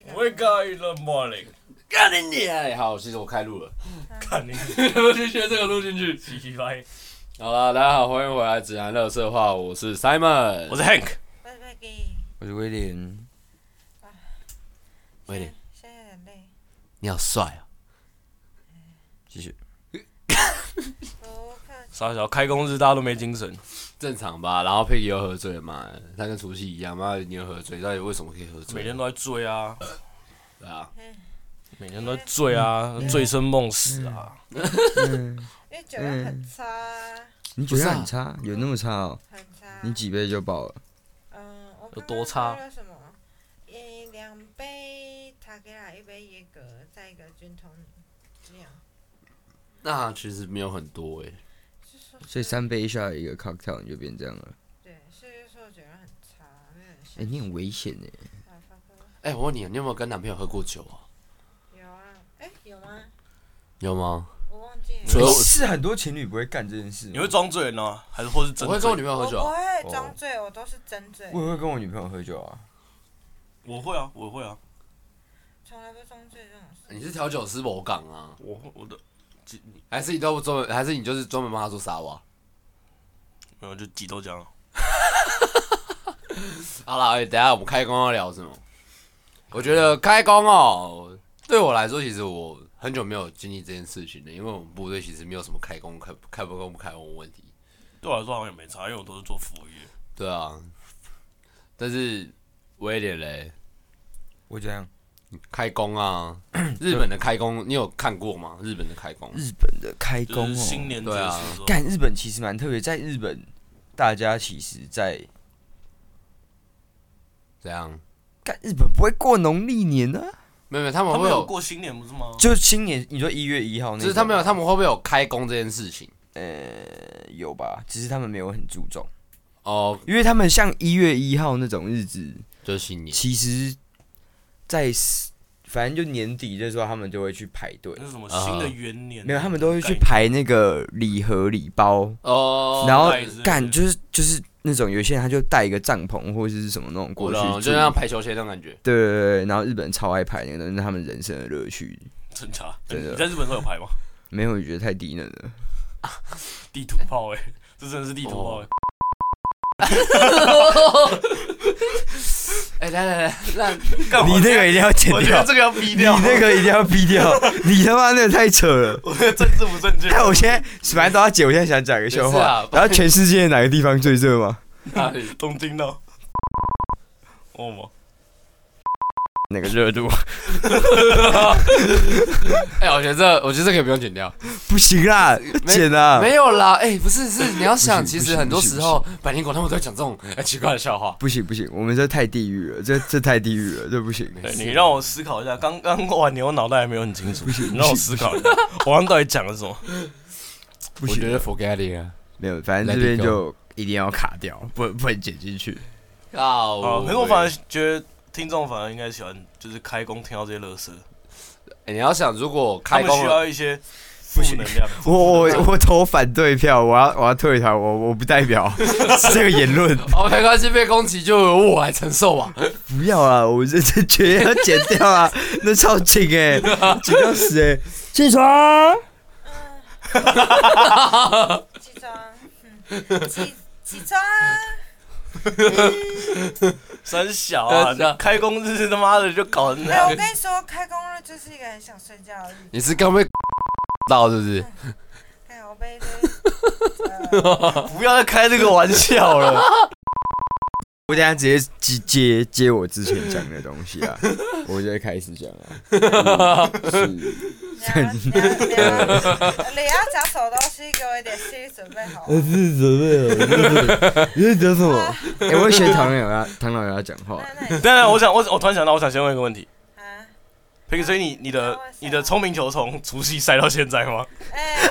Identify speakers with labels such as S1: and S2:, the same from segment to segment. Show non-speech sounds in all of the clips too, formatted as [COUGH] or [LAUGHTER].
S1: Wake up in the morning，
S2: 干你娘！哎好，其实我开录了，
S1: 看你
S2: [LAUGHS] 我就学这个录进去。
S1: 嘻嘻拜。
S2: 好了，大家好，欢迎回来《指南乐色话》，我是
S1: [LAUGHS]
S2: Simon，
S1: 我是 Hank，
S3: 拜拜给。
S4: 我是威廉，
S2: 威廉，
S3: 现在很累。
S2: 你好帅啊！
S4: 继续。
S3: 不客气。
S1: 傻小开工日大家都没精神，
S2: 正常吧？然后佩奇又喝醉了嘛，他跟除夕一样，妈的你又喝醉，到底为什么可以喝醉？
S1: 每天都在醉啊，
S2: 对啊，
S3: 嗯
S1: 每天都在醉啊，醉生梦死啊。
S4: 嗯
S3: 因为酒量很差啊，
S4: 你酒量很差，有那么差哦？
S3: 很差。
S4: 你几杯就饱了？
S3: 嗯，我
S1: 有
S3: 刚
S1: 多
S3: 刚
S1: 差
S3: 喝了什么？一两杯塔给拉，一杯椰格，再一个军统这样。
S2: 那其实没有很多欸诶、
S3: 是说
S4: 所以三杯下来一个 cocktail 你就变这样了。
S3: 对，是就说我酒量很差，没有人
S4: 哎，
S3: 信。
S4: 你很危险哎！
S3: 啊发哥
S2: 哎、我问你，你有没有跟男朋友喝过酒啊？
S3: 有啊，哎有吗？
S2: 有吗？
S3: 我忘记了。
S2: 除了我
S4: 是很多情侣不会干这件事。
S1: 你会装醉呢，还是或是真
S2: 我会
S1: 醉
S2: 跟我？女朋友
S3: 我
S2: 喝酒
S3: 不
S1: 哦
S2: 啊，
S3: 会装醉，我都是真醉，
S4: 我也会跟我女朋友喝酒啊。
S1: 我会啊，我会啊，
S3: 从来不装醉这种事。
S2: 你是调酒师某港啊？
S1: 我我的几
S2: 还是你都专门，还是你就是专门帮他做沙瓦？
S1: 没有就几豆浆啊，
S2: 好了，欸等一下我们开工要聊什么？我觉得开工哦，对我来说，其实我很久没有经历这件事情了，因为我们部队其实没有什么开工开开不工不开工的问题。
S1: 对我来说好像也没差，因为我都是做服务业。
S2: 对啊，但是威廉嘞，
S4: 我这样，
S2: 开工啊，日本的开工你有看过吗？日本的开工，
S4: 日本的开
S1: 就
S4: 工
S1: 是新
S4: 哦，
S1: 年结束的时候，
S4: 干日本其实蛮特别，在日本大家其实在，
S2: 怎样？
S4: 干日本不会过农历年啊，
S2: 没有没有，他们
S1: 他
S2: 会不
S1: 们
S2: 会
S1: 有
S2: 有，
S1: 过新年不是吗？
S4: 就新年，你说一月一号那，
S2: 就是他们有，他们会不会有开工这件事情？
S4: 呃有吧，只是他们没有很注重，
S2: 哦，
S4: 因为他们像一月一号那种日子，
S2: 就是新年，
S4: 其实在，反正就年底的时候，他们就会去排队
S1: 那，是什么
S2: 啊
S1: 新的元年？
S4: 没有，他们都会去排那个礼盒礼包，
S2: 哦，
S4: 然后
S1: 袋子
S4: 干就是就是那种有些人他就带一个帐篷或者是什么那种
S2: 我
S4: 过去
S2: 懂，
S4: 住
S2: 就像排球鞋那种感觉。
S4: 对对对对，然后日本超爱排那个东西，是他们人生的乐趣。
S1: 真假？
S4: 真的
S1: 你在日本都有排吗？
S4: 没有，我觉得太低能了。
S1: 地图炮哎，这真的是地图炮 [LAUGHS] 哎。
S2: [LAUGHS] 哎，来来来，那
S1: 干
S4: 你
S1: 我
S4: 那个一定要剪
S1: 我觉
S4: 掉
S1: 得，这个要逼
S4: 你
S1: 掉，
S4: 那个一定要逼掉，你他妈那个太扯了。
S1: 我觉得政治不正确。
S4: 但我现在反正都要剪，我现在想讲个笑
S2: 也是
S4: 话
S2: 啊。
S4: 然后全世界哪个地方最热吗？
S2: 哪里？
S1: 东京的，哦吗？
S4: 那个热度
S2: [LAUGHS] 哎、我觉得这，我觉得这个不用剪掉。
S4: 不行啦，剪啦。
S2: 没有啦，哎、不是，是你要想，
S4: 啊不
S2: 其
S4: 行
S2: 实很多时候百灵果他们都会讲这种 [LAUGHS] 哎奇怪的笑话。
S4: 不行不行，我们这太地狱了，这这太地狱了，这不行。
S1: 对哎你让我思考一下，刚刚晚年我脑袋还没有很清楚，你让我思考一下，我刚刚到底讲了什么？
S4: 不
S2: 我觉
S4: 行
S2: 得，forgetting 啊，
S4: 没有，反正
S2: Let it
S4: 这边
S2: go
S4: 就一定要卡掉，不能不能剪
S2: [LAUGHS]
S4: 进去。
S2: 啊，
S1: 啊，
S2: 我
S1: 可是我反而觉得听众反而应该喜欢，就是开工听到这些乐色，
S2: 哎你要想，如果
S1: 他
S2: 开
S1: 们
S2: 工
S1: 需
S2: 了，
S1: 要一些负能量。
S4: 我我我投反对票，我要我要退团，我我不代表
S2: [LAUGHS]
S4: 这个言论，
S2: 哦，没关系，被攻击就由我来承受吧。
S4: 不要啊！我这这绝对要剪掉啊！那超轻哎、剪到死哎、起床！
S3: 嗯起床，嗯起起床啊，
S1: 三小啊
S2: 真的，
S1: 开工日他妈的就搞成那
S3: 哎、
S1: 样
S3: 我，跟你说，开工日就是一个很想睡觉的日子。
S2: 你是刚被 [LAUGHS] 到是不是？
S3: 看我被这、呃、
S1: 不要再开这个玩笑
S2: [LAUGHS]
S1: 了。
S4: 我等一下直接接接接我之前讲的东西啊，我就会开始讲啊。
S2: [LAUGHS]
S4: 嗯是
S3: 聊聊聊，你要讲什么东西？给我一点心理准备好吗。
S4: 是准备好，你在讲什么？ [LAUGHS] 哎、我会学唐老鸭，唐老鸭讲话。
S3: 那那你
S1: 当然，我想我我突然想到，我想先问一个问题。
S3: 啊，
S1: 佩奇，所以你你的你的聪明球从除夕塞到现在吗？
S3: 哎、啊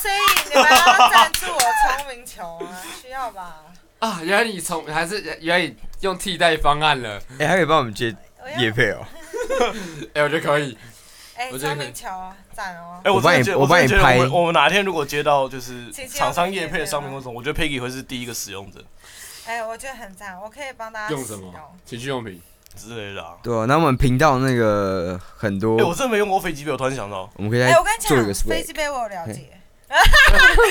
S3: 所以你们要赞助我聪明球啊，需要吧？
S2: 啊，原来你从还是原来你用替代方案了，
S4: 哎、还可以帮我们接
S3: 我要
S4: 叶配哦、
S2: 哎、我觉得可以。
S3: 哎，
S2: 我觉得
S3: 聪
S2: 可以
S3: 明球赞哦。
S1: 哎、我
S4: 我帮
S1: 真的
S4: 你
S1: 觉得
S4: 我帮你
S1: 真的觉得
S4: 拍
S1: 我们我们哪天如果接到就是
S3: 请接到
S1: 厂商
S3: 业
S1: 业配的
S3: 配
S1: 商品
S3: 吗
S1: 或者什么，我觉得 Peggy 会是第一个使用者。
S3: 哎、我觉得很赞，我可以帮大家
S2: 用什
S3: 使用
S2: 么？情趣用品？
S1: 之类的啊。
S4: 对啊，那我们频道那个很多
S1: 哎、，我真的没用过飞机杯，我突然想到，
S4: 我们可以
S3: 哎、
S4: 再
S3: 我跟你
S4: 做一个
S3: 讲，飞
S4: swag
S3: 机杯我有了解。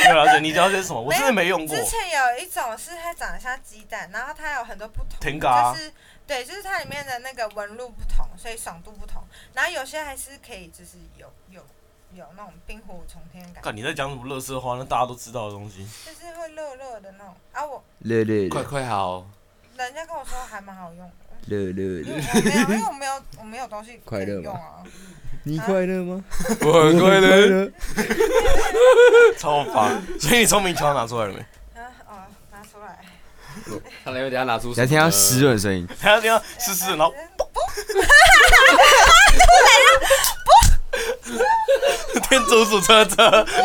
S1: 没有了解你了解什么？我真的没用过
S3: 之。前有一种是它长得像鸡蛋，然后它有很多不同，
S1: 甜咖
S3: 就是对，就是它里面的那个纹路不同，所以爽度不同。然后有些还是可以，就是有有有那种冰火五重天的感觉，
S1: 看你在讲什么乐色话，那大家都知道的东西。
S3: 就是会热热的那种。啊，我
S4: 热热
S2: 快
S4: 的
S2: 快好，
S3: 人家跟我说还蛮好用 [LAUGHS] 的，
S4: 热热
S3: 因
S4: 的
S3: 为，我没有，因为我没有我没有东西可
S4: 快
S3: 以
S4: 乐吗
S3: 用啊。
S4: 你快乐吗？
S2: 我很快乐。，
S1: 超烦。所以你聪明球拿出来了没？
S3: 啊哦，拿出来，
S2: [LAUGHS] 看来有点要拿出
S4: 你
S2: 什么。
S4: 要听到湿润的声音，
S1: 还要这样试试，然后 [LAUGHS] 天竺鼠车车，
S3: 这是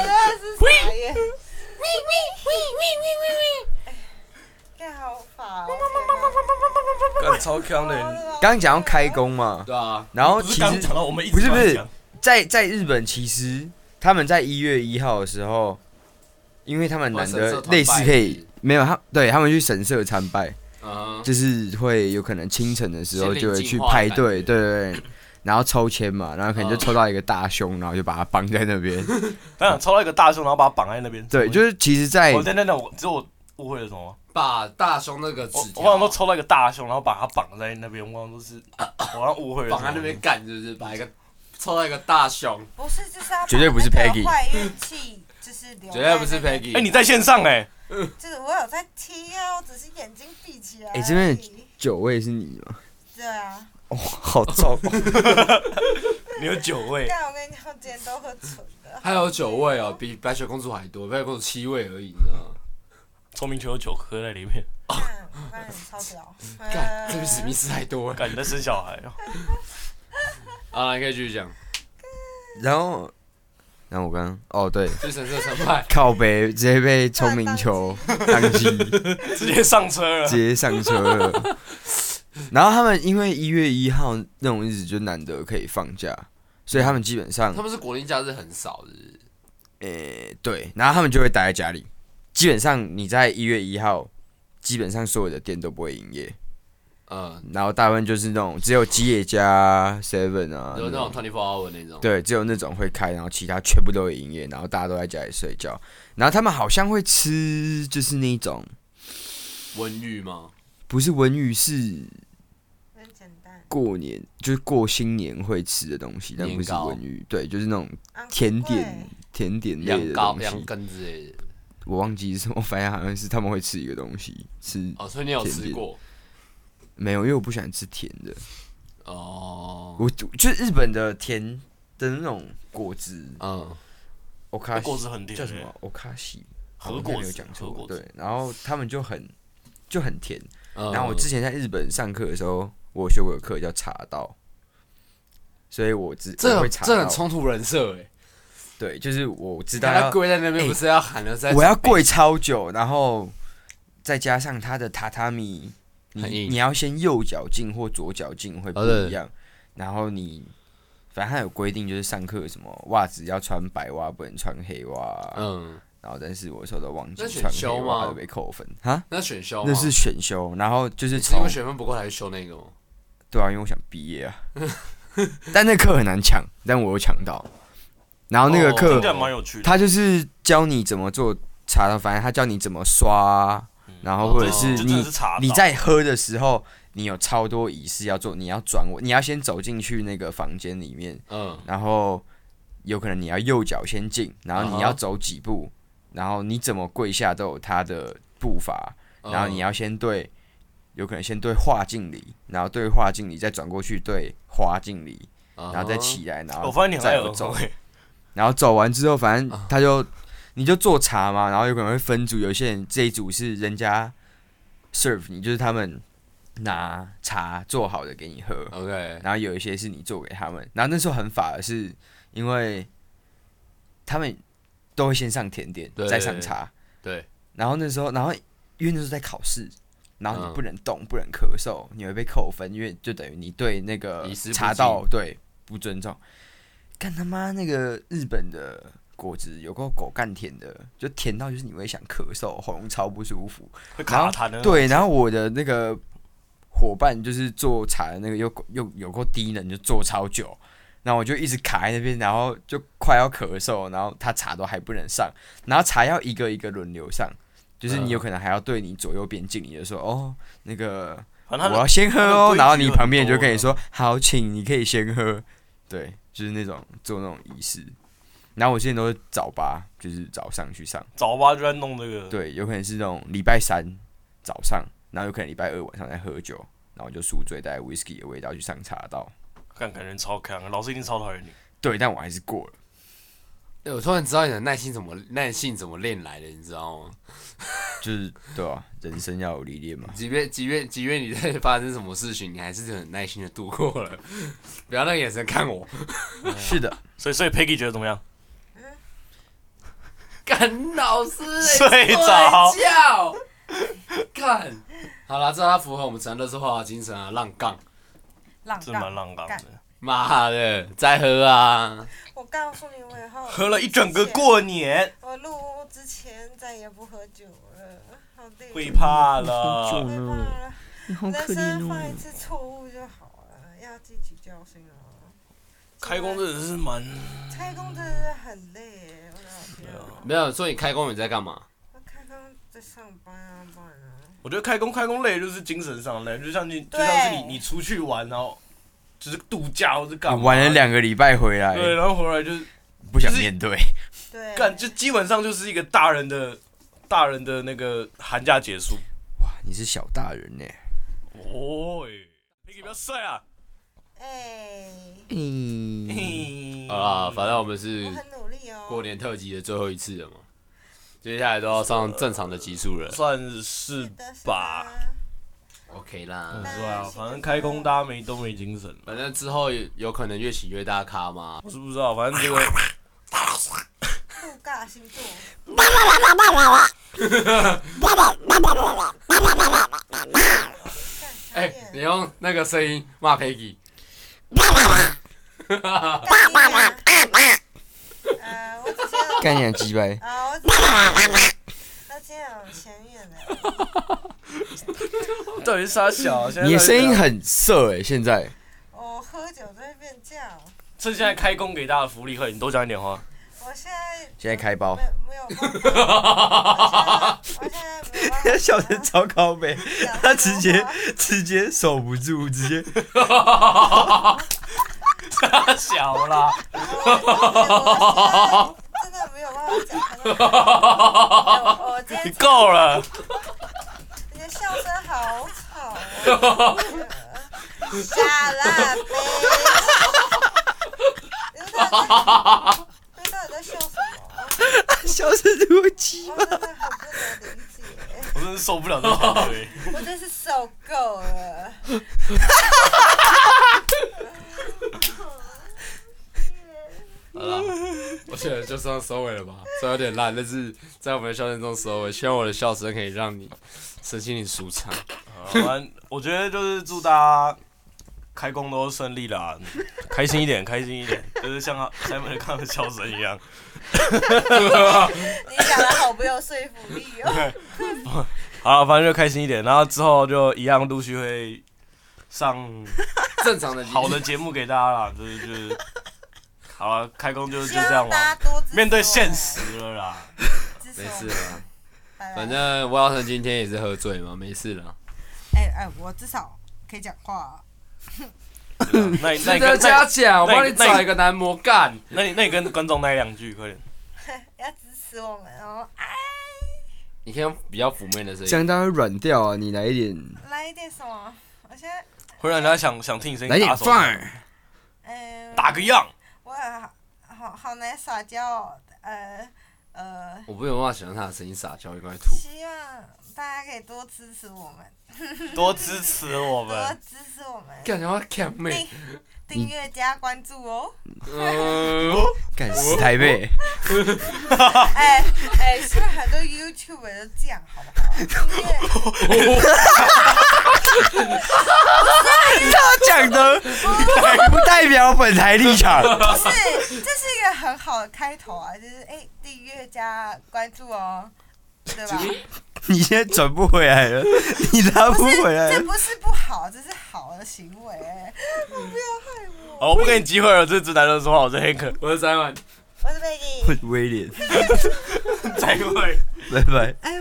S3: 啥耶？喂喂喂喂喂喂喂！盖哎好法哦！
S1: 干超强
S3: 天
S1: 的。
S3: 哪
S4: 刚刚讲要开工嘛，
S2: 对啊，
S4: 然后
S1: 不是
S4: 其
S1: 刚
S4: 实
S1: 讲到我们一直
S4: 不是不是
S1: 乱讲
S4: 在在日本，其实他们在一月一号的时候，因为他们难
S2: 哇神社团
S4: 得
S2: 拜
S4: 类似可以没有他，对他们去神社参拜，
S2: 嗯，
S4: 就是会有可能清晨的时候
S2: 心灵
S4: 就会
S2: 净
S4: 去
S2: 化的
S4: 排
S2: 感
S4: 队，
S2: 觉
S4: 对对对，然后抽签嘛，然后可能就
S2: 嗯
S4: 抽到一个大胸，然后就把它绑在那边。
S1: 当然抽到一个大胸，然后把它绑在那边。
S4: 对，就是哎其实，在
S1: 我等等等，我只有我误会了什么？
S2: 把大胸那个
S1: 我
S2: 纸
S1: 我好像
S2: 条
S1: 都抽到一个大胸，然后把它绑在那边，我好像都
S4: [COUGHS]
S1: 是我好像误会了什么。
S2: 绑在那边干，是不是？把一个抽到一个大胸，
S3: 不是，就是要把
S4: 绝对不是
S3: 那个
S4: Peggy
S3: 坏运气就是留。
S2: 绝对不是。Peggy。
S1: 哎、你在线上哎、
S3: 就是我有在听啊，我只是眼睛闭起来而已。
S4: 哎这边九位是你吗？
S3: 对啊，
S4: 哦，好糟糕，
S1: 你有九位，
S3: 但我跟你讲，我今天都喝纯
S4: [LAUGHS]
S3: 的。
S2: 还有九位哦，比白雪公主还多，白雪公主七位而已，你知道吗？
S1: 聪明球有九颗在里面。
S3: 看，我看你超
S4: [LAUGHS]
S3: 屌。呃
S2: 干，这比史密斯还多。
S1: 感觉在生小孩哦。
S2: 啊，你可以继续讲，
S4: [LAUGHS] 然后，然后我刚刚哦对，
S2: 去神社参拜。
S4: 靠北直接被聪明球当机。
S1: 直接上车了
S4: 直。接上车了。然后他们因为一月一号那种日子就难得可以放假，所以他们基本上
S2: 他，们是国定假日很少的，
S4: 诶、对，然后他们就会待在家里。基本上你在一月一号，基本上所有的店都不会营业，
S2: 嗯，
S4: 然后大部分就是那种只有吉野家、Seven 啊
S2: 有那种 twenty four hour 那种。
S4: 对，只有那种会开，然后其他全部都有营业，然后大家都在家里睡觉。然后他们好像会吃，就是那种
S2: 文娱吗？
S4: 不是文娱是
S3: 很简单。
S4: 过年就是过新年会吃的东西，但不是
S2: 年糕
S4: 文娱，对，就是那种
S3: 昂贵
S4: 甜点甜点类
S2: 羊
S4: 的
S2: 羔
S4: 东、
S2: 羊
S4: 西。
S2: 羹之类的。
S4: 我忘记是什么，反正好像是他们会吃一个东西，吃
S2: 哦，所以你有吃过？
S4: 没有，因为我不喜欢吃甜的。
S2: 哦，
S4: 我就是日本的甜的那种果汁，
S2: 嗯，
S4: 我卡西
S1: 啊果子很甜欸
S4: 叫什么？我卡西，
S1: 和
S4: 我
S1: 果
S4: 没有
S1: 子
S4: 讲
S1: 和
S4: 错
S1: 果。子
S4: 对，然后他们就很就很甜。
S2: 嗯
S4: 然后我之前在日本上课的时候，我有学过有课叫茶道，所以我知
S2: 这
S4: 我会
S2: 很
S4: 茶
S2: 这很
S4: 道。
S2: 冲突人设哎，
S4: 对，就是我知道
S2: 大家
S4: 要
S2: 跪在那边
S4: 哎
S2: 不是要喊了在？
S4: 我要跪超久，然后再加上它的榻榻米，
S2: 很
S4: 你
S2: 硬
S4: 你要先右脚进或左脚进会不
S2: 哦对
S4: 一样。然后你反正它有规定，就是上课什么袜子要穿白袜，不能穿黑袜。
S2: 嗯，
S4: 然后但是我那时候都忘记
S2: 那选
S4: 穿
S2: 修
S4: 黑袜
S2: 吗
S4: 会被扣分哈，
S2: 那选修
S4: 那
S2: 吗
S4: 是选修，然后就是
S2: 你是因
S4: 从
S2: 为学分不够才去修那个吗？
S4: 对啊，因为我想毕业啊，但那课很难抢，但我有抢到。然后那个
S2: 哦
S4: 课、
S1: 听起来蛮有趣的。
S4: 他就是教你怎么做茶道，反正他教你怎么刷，然后或者是
S1: 嗯哦就真
S4: 你、
S1: 的是茶道
S4: 你在喝的时候，你有超多仪式要做，你要转我，你要先走进去那个房间里面，
S2: 嗯，
S4: 然后有可能你要右脚先进，然后
S2: 嗯
S4: 你
S2: 哼
S4: 要走几
S1: 哦
S4: 步，然后你怎么跪下都有他的步伐，
S1: 哦
S2: 嗯
S4: 然后你要先对。有可能先对画敬礼，然后对画敬礼，再转过去对花敬礼，
S2: 啊
S4: 然
S1: 哦
S4: 后再，起来，然后
S1: 我发现你很爱
S4: 再
S1: 耳
S4: 走
S1: 朵。
S4: [LAUGHS]
S1: 欸
S4: 然后走完之后，反正他就、你就做茶嘛，然后有可能会分组，有些人这一组是人家 serve 你，就是他们拿茶做好的给你喝，
S2: 嗯哼 OK，
S4: 然后有一些是你做给他们。然后那时候很法的是，因为他们都会先上甜点，
S2: 对
S4: 再上茶。
S2: 对，
S4: 然后那时候，然后因为那时候在考试。然后
S2: 嗯
S4: 你不能动，不能咳嗽，你会被扣分，因为就等于你对那个
S2: 仪式不
S4: 茶
S2: 敬
S4: 道对不尊重。干他妈那个日本的果汁有够狗干甜的，就甜到就是你会想咳嗽，喉咙超不舒服。
S1: 会
S4: 然
S1: 卡
S4: 后
S1: 痰的。，
S4: 对，然后我的那个伙伴就是做茶的那个又又有够低能，就做超久。然后我就一直卡在那边，然后就快要咳嗽，然后他茶都还不能上，然后茶要一个一个轮流上，就是你有
S1: 嗯
S4: 可能还要对你左右边敬礼的说，哦，那个
S1: 反正他
S4: 我
S1: 的
S4: 要先喝
S1: 他的规
S4: 哦，
S1: 矩
S4: 然后你旁边
S1: 很多
S4: 就跟你说，好，请你可以先喝，对，就是那种做那种仪式。然后我现在都是早八，就是早上去上，
S1: 早八就在弄这个，
S4: 对，有可能是那种礼拜三早上，然后有可能礼拜二晚上在喝酒，然后就宿醉带 whisky 的味道去上茶道，
S1: 看感觉超坑，老师一定超讨厌你。
S4: 对，但我还是过了。
S2: 哎我突然知道你的耐心怎么耐性怎么练来的，你知道吗？
S4: 就是对啊，人生要有历练嘛。
S2: 即便即便即便你在发生什么事情，你还是很耐心的度过了。 [LAUGHS] 不要那个眼神看我，
S1: 啊
S4: 是的，
S1: 所以所以 Peggy 觉得怎么样？
S2: 干老师、欸、
S1: 睡着
S2: 觉，干。好了，这他符合我们陈乐是化的精神啊，浪杠。
S3: 浪
S1: 这蛮
S3: 荡。
S1: 浪荡
S3: 干
S1: 的，
S2: 妈的，再喝啊！
S3: 我告诉你，我以后
S1: 喝了一整个。过年，
S3: 我录之前再也不喝酒了，好累。
S1: 会怕
S3: 会
S1: 了。
S3: 怕了，
S5: 嗯你好可
S3: 人
S5: 怜
S3: 生犯一
S5: 哦。
S3: 次错误就好了，要记起教训哦。
S1: 开工真的是蛮……
S3: 开工真的是很累耶，我老天啊！
S2: 没有，所以你开工你在干嘛？
S3: 我开工在上班啊，不然呢？
S1: 我觉得开工开工累就是精神上累，就像你就
S3: 对
S1: 像是你你出去玩，然后就是度假或是 [LAUGHS] 干嘛，
S4: 玩了两个礼拜回来，
S1: 对，然后回来就是
S4: 不想
S1: 就是
S4: 面对。
S3: 对，
S1: 干，就基本上就是一个大人的大人的那个寒假结束。
S4: 哇，你是小大人呢，
S1: 哦，p
S4: 哎
S1: i g g y 不要睡啊！
S3: 哎，
S5: 嗯，
S2: 好啦，反
S1: 正
S2: 正我们是
S3: 我很努力哦。
S2: 嗯过年特辑的最后一次了嘛，接下来都要上正常的集数了。
S1: 算是
S3: 是的是啊
S1: 吧
S3: 的
S2: OK 啦，
S1: 对啊，反正开工大家没都没精神了，
S2: 反正之后有可能越请越大咖嘛。
S1: 我是不知道，反正
S4: [LAUGHS]
S1: 这个
S3: 度尬星座，
S2: 哎、你用那个声音骂 Peggy，
S3: 干你啊呃，我只想
S4: 干你娘鸡掰！
S3: 啊，我只想呃要讲前面的，
S1: 到底是啥小 [LAUGHS] 啊？现在
S4: 你
S1: 到
S4: 的
S1: 底是
S4: 声音
S1: 怎样
S4: 很色哎，现在
S3: 我喝酒都会变这样。
S1: 趁现在开工给大家的福利，快点多讲一点
S4: [LAUGHS]
S1: 话。
S3: 我现在
S4: 现在开包 [LAUGHS]
S3: 没，有没有办法，我现在我现在没有办法
S4: 笑成糟糕呗，
S3: 讲
S4: 他直接
S1: [LAUGHS]
S3: 这种话
S4: 直接守不住，直接
S1: 啥小啦，
S3: 我真的没有办法讲他们。我我今
S1: [LAUGHS] 你
S3: 天
S1: 够
S4: [LAUGHS]
S1: 了，
S3: 你的笑声好吵啊！傻啦呗！你们到底在你们到底在笑什么？
S4: 笑成如鸡
S3: 我真的很不能理解，
S1: 我真的受不了这团队。
S3: 我真是受够了。
S2: 好 [LAUGHS] 啦，我觉得就算收尾了吧，虽然有点烂，但是在我们的笑声中收尾，希望我的笑声可以让你身心里舒畅。
S1: 好反正我觉得就是祝大家开工都顺利啦，开心一
S4: [LAUGHS]
S1: 点，开心一点，就是像他 Simon 刚刚的笑声一样。
S3: 你讲的好没有说服力哦。
S1: 好，反正就开心一点，然后之后就一样陆续会上
S2: 正常的集数
S1: 好的节目给大家啦，就是就是，好了，开工就就
S3: 希
S1: 这样
S3: 望
S1: 吧，
S3: 大家多支持我
S1: 面对现，实了啦。
S3: 支持
S2: 没
S3: 我
S2: 事了，
S3: 拜拜
S2: 反正魏耀成今天也是喝醉嘛，没事了。
S3: 哎哎，我至少可以讲话啊。
S1: 那你那
S2: 值
S1: 你
S2: 得
S4: [LAUGHS]
S1: 跟
S2: 嘉
S1: 那你
S2: 奖，我
S1: 那你
S2: 帮你找一个男模干。
S1: 那你那你跟观众来两句，快点。
S3: 要支持我们哦！哎，
S2: 你可以用比较妩媚的声
S4: 这
S2: 音，
S4: 样大家会软掉啊！你来一点，
S3: 来一点什么？我现在，
S1: 会让人家想想听你声音，
S4: 来一点
S1: 打手
S4: 范
S1: 枪，
S4: 儿，
S3: 嗯、
S1: 打个样。
S3: 我好好好难撒娇哦，呃呃，
S2: 我不有办法想象他的声音撒娇，应该会吐。
S3: 希望大家可以多支持我们，
S1: 多支持我
S3: 多
S1: 们。
S3: 支持我们，
S2: 干什么干妹？
S3: 订阅加关
S1: [LAUGHS]
S3: 注哦。
S2: 嗯，
S4: 干死台北，
S3: 哎哎，是不是很多 YouTube 都这样，好不好？订阅
S4: 他讲的不代表本台立场。 [LAUGHS]
S3: 不是，这是一个
S1: [LAUGHS]
S3: 很好的开头啊，就是哎，订阅加关注哦，对吧？
S4: 你现在转不回来了，你拉不啊
S3: 不是，
S4: 回来
S3: 这
S4: 了。
S3: 不是不好，这是好的行为、哎
S1: 好，我不跟你机会了，这是直男人说话，我是黑客，
S2: 我是三万。
S3: 我是贝蒂。
S4: 威廉，
S1: [LAUGHS] 再会。
S4: 拜拜。
S3: 哎，